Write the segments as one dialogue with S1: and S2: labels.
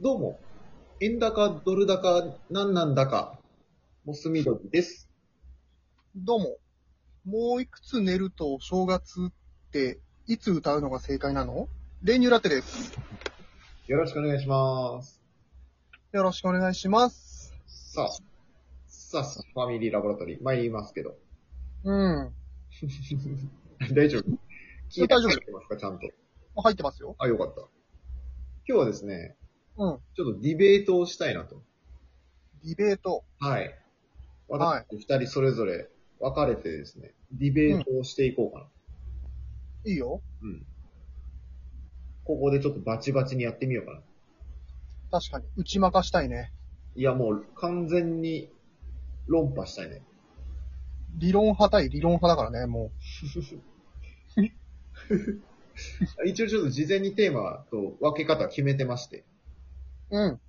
S1: どうも、円高、ドル高、なんなんだか、モスミドリです。
S2: どうも。もういくつ寝ると正月って、いつ歌うのが正解なの練乳ラテです。
S1: よろしくお願いします。
S2: よろしくお願いします。
S1: さあ、さあ、さあファミリーラボラトリー、参りますけど。
S2: うん。
S1: 大丈夫
S2: 大丈夫
S1: 聞いてますか、ちゃんと。
S2: 入ってますよ。
S1: あ、よかった。今日はですね、
S2: うん。
S1: ちょっとディベートをしたいなと。
S2: ディベート。
S1: はい。
S2: は
S1: 私、二人それぞれ分かれてですね、ディベートをしていこうかな。
S2: いいよ。
S1: うん。ここでちょっとバチバチにやってみようかな。
S2: 確かに。打ち負かしたいね。
S1: いや、もう完全に論破したいね。
S2: 理論派対理論派だからね、も
S1: 一応ちょっと事前にテーマと分け方決めてまして。
S2: う。うん。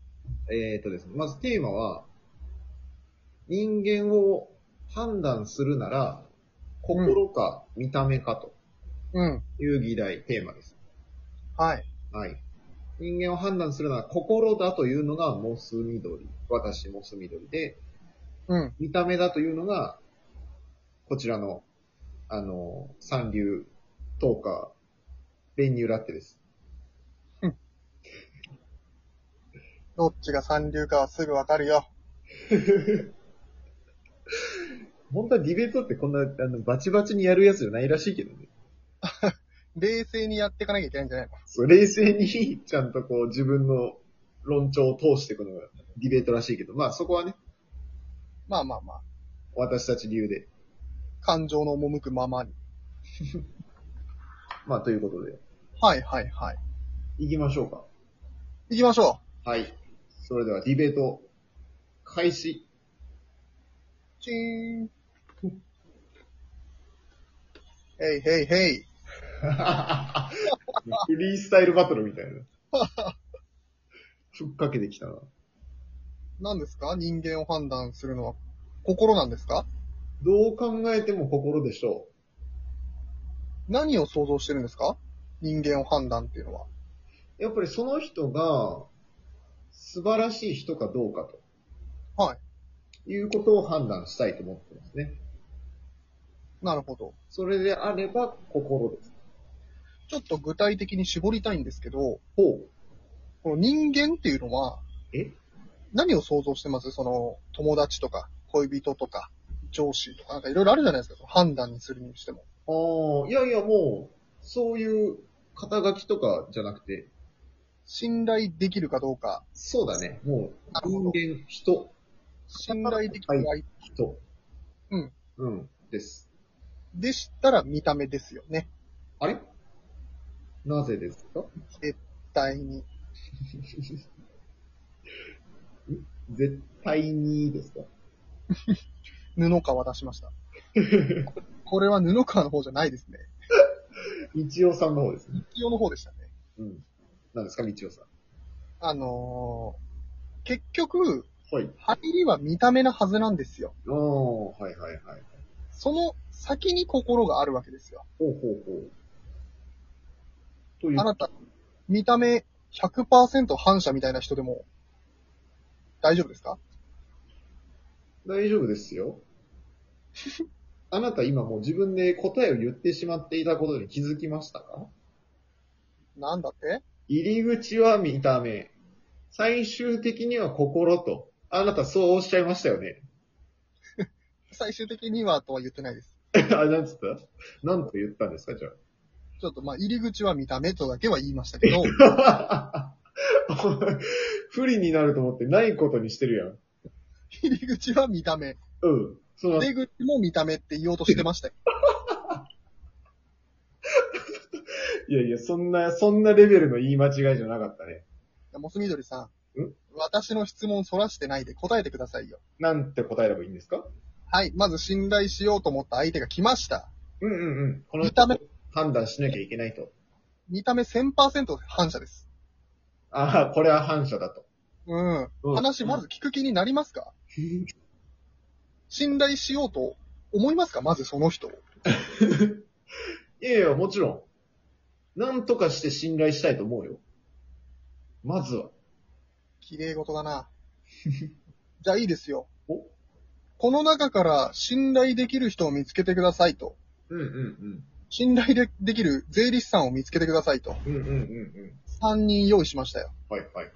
S1: えっ、とですね、まずテーマは、人間を判断するなら、心か見た目かと
S2: うん。
S1: いう議題、テーマです。
S2: はい。
S1: はい。人間を判断するのは心だというのがモス緑。私、モス緑で、
S2: うん。
S1: 見た目だというのが、こちらの、あの、三流、トーカー、練乳ラッテです。
S2: どっちが三流かはすぐわかるよ。
S1: 本当はディベートってこんな、あの、バチバチにやるやつじゃないらしいけどね。
S2: 冷静にやっていかなきゃいけないんじゃないの
S1: そう、冷静に、ちゃんとこう、自分の論調を通していくのがディベートらしいけど、まあそこはね、
S2: まあまあまあ。
S1: 私たち流で。
S2: 感情の赴くままに。
S1: まあということで、
S2: はいはいはい。
S1: 行きましょうか。
S2: 行きましょ
S1: はい。それではディベート、開始。
S2: う。チーン。へいへいへい。
S1: フリースタイルバトルみたいな。ふっかけてきたな。
S2: 何ですか人間を判断するのは心なんですか
S1: どう考えても心でしょ
S2: 何を想像してるんですか人間を判断っていうのは。
S1: う。やっぱりその人が素晴らしい人かどうかと。。
S2: はい
S1: いうことを判断したいと思ってますね。
S2: なるほど。
S1: それであれば心です。
S2: ちょっと具体的に絞りたいんですけど、
S1: ほう。
S2: この人間っていうのは、
S1: え
S2: 何を想像してますその、友達とか、恋人とか、上司とか、なんかいろいろあるじゃないですか。その判断にするにしても。
S1: ああ、いやいやもう、そういう肩書きとかじゃなくて、
S2: 信頼できるかどうか、
S1: そうだね。も
S2: な
S1: う、
S2: るほ
S1: 人
S2: ど
S1: 間、人、
S2: 信頼できる相手
S1: 人。
S2: うん。
S1: うん。です。
S2: でしたら見た目ですよね。
S1: あれなぜですか
S2: 第に。
S1: 絶対にですか
S2: 布川出しました。 これは布川の方じゃないですね。
S1: 一応さんの方ですね。
S2: 一応の方でしたね。
S1: うん。何ですか、道夫さ
S2: あのー、結局、
S1: ん。はい。
S2: 入りは見た目のはずなんですよ。
S1: ああ、はいはいはい。
S2: その先に心があるわけですよ。
S1: ほうほうほう。とい
S2: あ
S1: う、
S2: なた、見た目100%反射みたいな人でも、大丈夫ですか
S1: 大丈夫ですよ。あなた今もう自分で答えを言ってしまっていたことに気づきましたか
S2: なんだって
S1: 入り口は見た目。最終的には心と。あなたそうおっしゃいましたよね。
S2: 最終的にはとは言ってないです。
S1: あ、なんつったなんと言ったんですか、じゃあ。
S2: ちょっとまあ、入り口は見た目とだけは言いましたけど、
S1: 不利になると思ってないことにしてる
S2: 入り口は見た目、
S1: やん。うん。その、
S2: 出口も見た目って言おうとしてましたよ。
S1: いやいや、そんな、そんなレベルの言い間違いじゃなかったね。
S2: モスみどりさん
S1: ん、
S2: 私の質問そらしてないで答えてくださいよ。
S1: なんて答えればいいんですか
S2: はい、まず信頼しようと思った相手が来ました。
S1: うんうんうん。この
S2: 見た目
S1: 判断しなきゃいけないと。
S2: 見た目1000%反射です。
S1: ああ、これは反射だと。
S2: うん。
S1: うん
S2: 話まず聞く気になりますか信頼しようと思いますかまずその人を。
S1: いやいや、もちろん。なんとかして信頼したいと思うよ。まずは。
S2: 綺麗事 だな。じゃあいいですよ。
S1: お
S2: この中から信頼できる人を見つけてくださいと。
S1: うんうん
S2: 信頼でできる税理士さんを見つけてくださいと。
S1: うん。うんうんうんうん。
S2: 3人用意しましたよ。
S1: はいはいはい。
S2: 1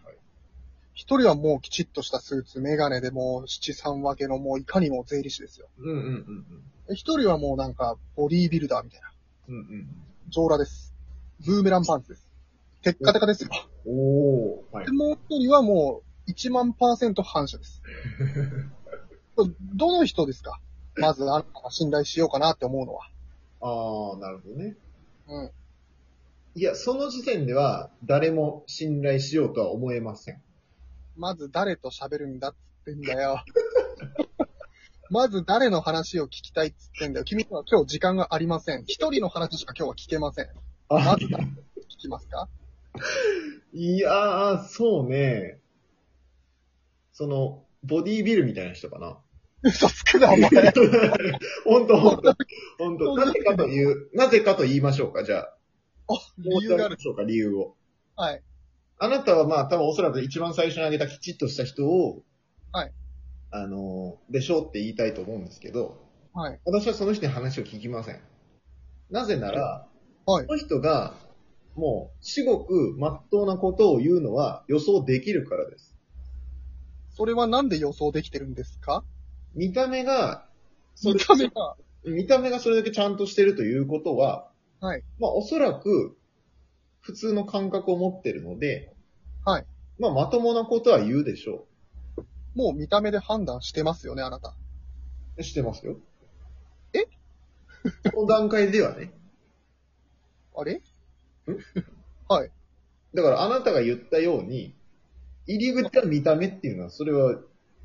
S2: 人はもうきちっとしたスーツ、メガネでもう七三分けのもういかにも税理士ですよ。
S1: うんうんうん
S2: 1人はもうなんかボディービルダーみたいな。
S1: うん。うん
S2: 上裸です。ブーメランパンツです。テッカテカですよ。
S1: うん。おー。はい
S2: で。もう一人はもう1万パーセント反射です。これどの人ですかまずあなたが信頼しようかなって思うのは。
S1: ああ、なるほどね。
S2: うん。
S1: いや、その時点では誰も信頼しようとは思えません。
S2: まず誰と喋るんだっつってんだよ。まず誰の話を聞きたいっつってんだよ。君とは今日時間がありません。一人の話しか今日は聞けません。まず誰聞きますか
S1: いやー、そうね。その、ボディービルみたいな人か な。
S2: 嘘つくな、お前。
S1: 本当本当本当なぜかという、なぜかと言いましょうか、じゃあ。
S2: あ理由がある。
S1: でしょうか、理由を。
S2: はい。
S1: あなたはまあ、多分おそらく一番最初に挙げたきちっとした人を、
S2: はい。
S1: あのー、でしょうって言いたいと思うんですけど、
S2: はい。
S1: 私はその人に話を聞きません。なぜなら、
S2: はい
S1: その人が、もう、至極、真っ当なことを言うのは予想できるからです。
S2: それはなんで予想できてるんですか
S1: 見た目が、そ
S2: 見
S1: れ
S2: た目が。
S1: 見た目がそれだけちゃんとしてるということは、
S2: はい。
S1: まあ、おそらく、普通の感覚を持ってるので、
S2: はい。
S1: まあ、まともなことは言うでしょ
S2: もう見た目で判断してますよね、あなた。
S1: う。してますよ。
S2: え
S1: この段階ではね。
S2: あれ
S1: だから、あなたが言ったように、入り口から見た目っていうのは、それは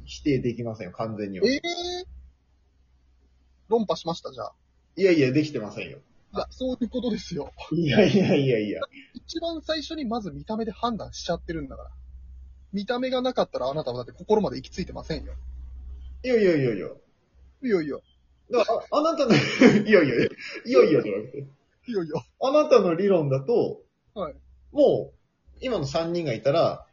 S1: 否定できませんよ、完全には。
S2: ええ論破しました、じゃあ。
S1: いやいや、できてませんよ。
S2: いや、そういうことですよ。
S1: いやいやいやいや。
S2: 一番最初にまず見た目で判断しちゃってるんだから。見た目がなかったらあなたはだって心まで行き着いてませんよ。
S1: いやいやいやいや。
S2: いよいよ、
S1: だからああなたの、 いやいやいや、いやいやじゃなくて。
S2: いよいよ。
S1: あなたの理論だと、
S2: はい
S1: もう、今の3人がいたら、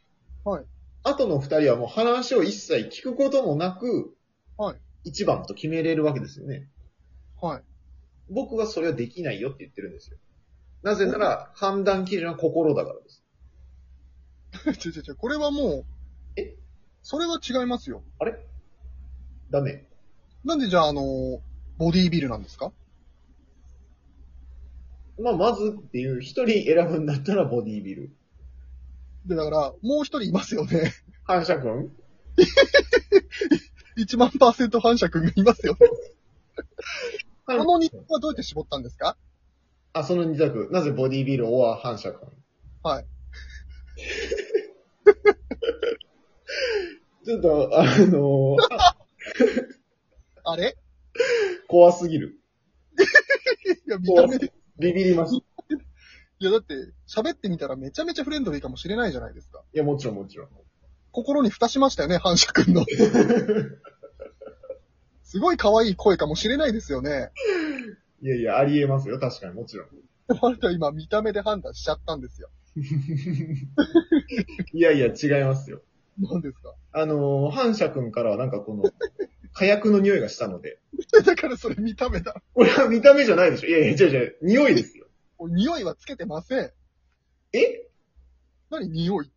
S2: はい
S1: 後の2人はもう話を一切聞くこともなく、
S2: はい
S1: 1番と決めれるわけですよね。
S2: はい。
S1: 僕はそれはできないよって言ってるんですよ。なぜなら、判断基準は心だからです。
S2: ちょちょちょ、これはもう、
S1: え
S2: それは違いますよ。
S1: あれダメ。
S2: なんでじゃあ、あのーボディービルなんですか
S1: まあ、まずっていう、一人選ぶんだったらボディビル。
S2: で、だから、もう一人いますよね。
S1: 反射君
S2: 1万パーセント反射君がいますよね。
S1: あ
S2: あの日本はどうやって絞ったんですか
S1: あ、その二択。なぜボディビルオア反射感
S2: はい。
S1: ちょっと、あのーあ
S2: あれ
S1: 怖すぎる。
S2: いや、見た目で
S1: ビビります。い
S2: いや、だって、喋ってみたらめちゃめちゃフレンドリーかもしれないじゃないですか。
S1: や、もちろんもちろん。
S2: 心に蓋しましたよね、反射君の。すごい可愛い声かもしれないですよね。
S1: いやいや、ありえますよ。確かに、もちろん。
S2: でもあなた今見た目で判断しちゃったんですよ。
S1: いやいや、違いますよ。
S2: 何ですか
S1: あのー反射君からはなんかこの、火薬の匂いがしたので。
S2: だからそれ見た目だ。
S1: これは見た目じゃないでしょ。いやいや、違う違う。匂いですよ。
S2: もう匂いはつけてません。
S1: え
S2: 何匂い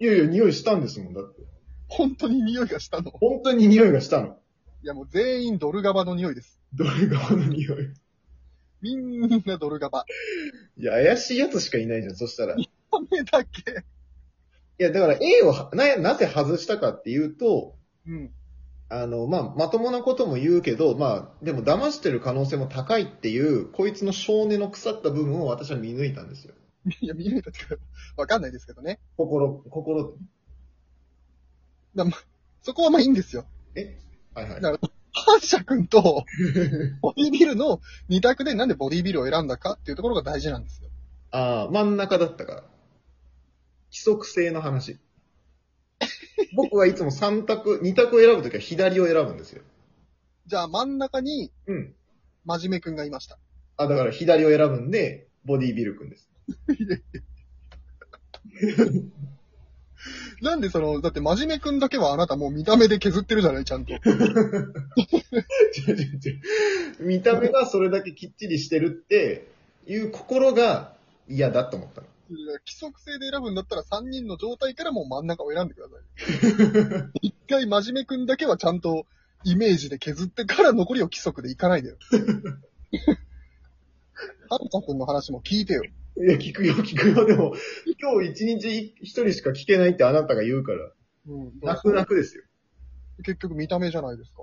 S1: いやいや、匂いしたんですもん。だって。
S2: 本当に匂いがしたの
S1: 本当に匂いがしたの。
S2: いやもう全員ドルガバの匂いです。
S1: どれがこの匂い
S2: みんなドルガバ。
S1: いや、怪しいやつしかいないじゃん、そしたら。い
S2: 見た目だけ。
S1: や、だから A をな、なぜ外したかっていうと、
S2: うん。
S1: あの、まあ、まともなことも言うけど、まあ、でも騙してる可能性も高いっていう、こいつの性根の腐った部分を私は見抜いたんですよ。
S2: いや、見えたっていうかわかんないですけどね。
S1: 心、心、
S2: そこはまあいいんですよ。
S1: はいはい。
S2: な反射君 と、ボディビルの二択でなんでボディビルを選んだかっていうところが大事なんですよ。
S1: ああ、真ん中だったから。規則性の 話。僕はいつも3択、2択を選ぶときは左を選ぶんですよ。
S2: じゃあ真ん中に
S1: うん。
S2: 真面目君がいました。
S1: あ、だから左を選ぶんで、ボディビル君です。
S2: なんでその、だって真面目くんだけはあなたもう見た目で削ってるじゃない、ちゃんと。
S1: 違う違う違う 見た目がそれだけきっちりしてるっていう心が嫌だと思ったの。
S2: 規則性で選ぶんだったら3人の状態からもう真ん中を選んでくださ い。一回真面目くんだけはちゃんとイメージで削ってから残りを規則でいかないでよ。 はるかくんの話も聞いてよ。
S1: いや、聞くよ、聞くよ。でも、今日一日一人しか聞けないってあなたが言うから、
S2: うん。
S1: 泣く泣くですよ。
S2: 結局見た目じゃないですか。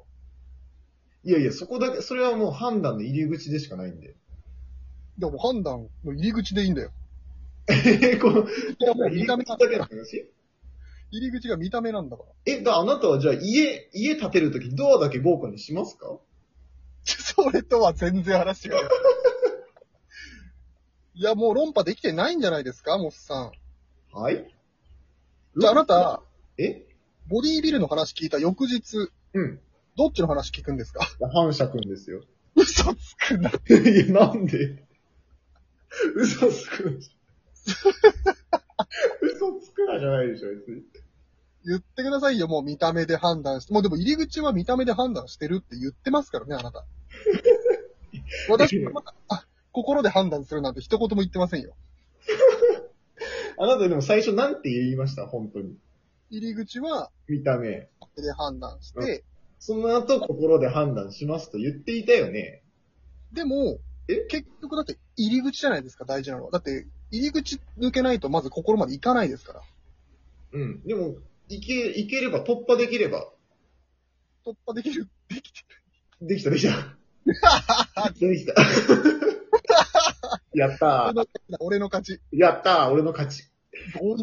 S1: いやいや、そこだけ、それはもう判断の入り口でしかないんで。
S2: でも判断の入り口でいいんだよ。
S1: え、 この、
S2: いやもう見た目が
S1: だけの話
S2: 入り口が見た目なんだから。
S1: え、だ、あなたはじゃあ家、家建てるときドアだけ豪華にしますか
S2: それとは全然話 が。いや、もう論破できてないんじゃないですか、モスさん。
S1: はい
S2: じゃああなた、
S1: え
S2: ボディービルの話聞いた翌日、
S1: うん。
S2: どっちの話聞くんですか
S1: 反射くんですよ。
S2: 嘘つくな。
S1: いや、なんで嘘つくな。嘘つくなじゃないでしょ、別に。
S2: 言ってくださいよ、もう見た目で判断して。もうでも入り口は見た目で判断してるって言ってますからね、あなた。私はまだ、あ、心で判断するなんて一言も言ってませんよ。
S1: あなたでも最初なんて言いました、本当に。
S2: 入り口は
S1: 見た目。
S2: 手で判断して、
S1: その後、心で判断しますと言っていたよね。
S2: でも、
S1: え
S2: 結局だって入り口じゃないですか、大事なのは。だって、入り口抜けないとまず心まで行かないですから。
S1: うん。でも、いけ、いければ、突破できれば。
S2: 突破できる。
S1: できた、できた。できた。 やった
S2: 俺の勝ち。
S1: ー。やったー。俺の勝ち。
S2: どう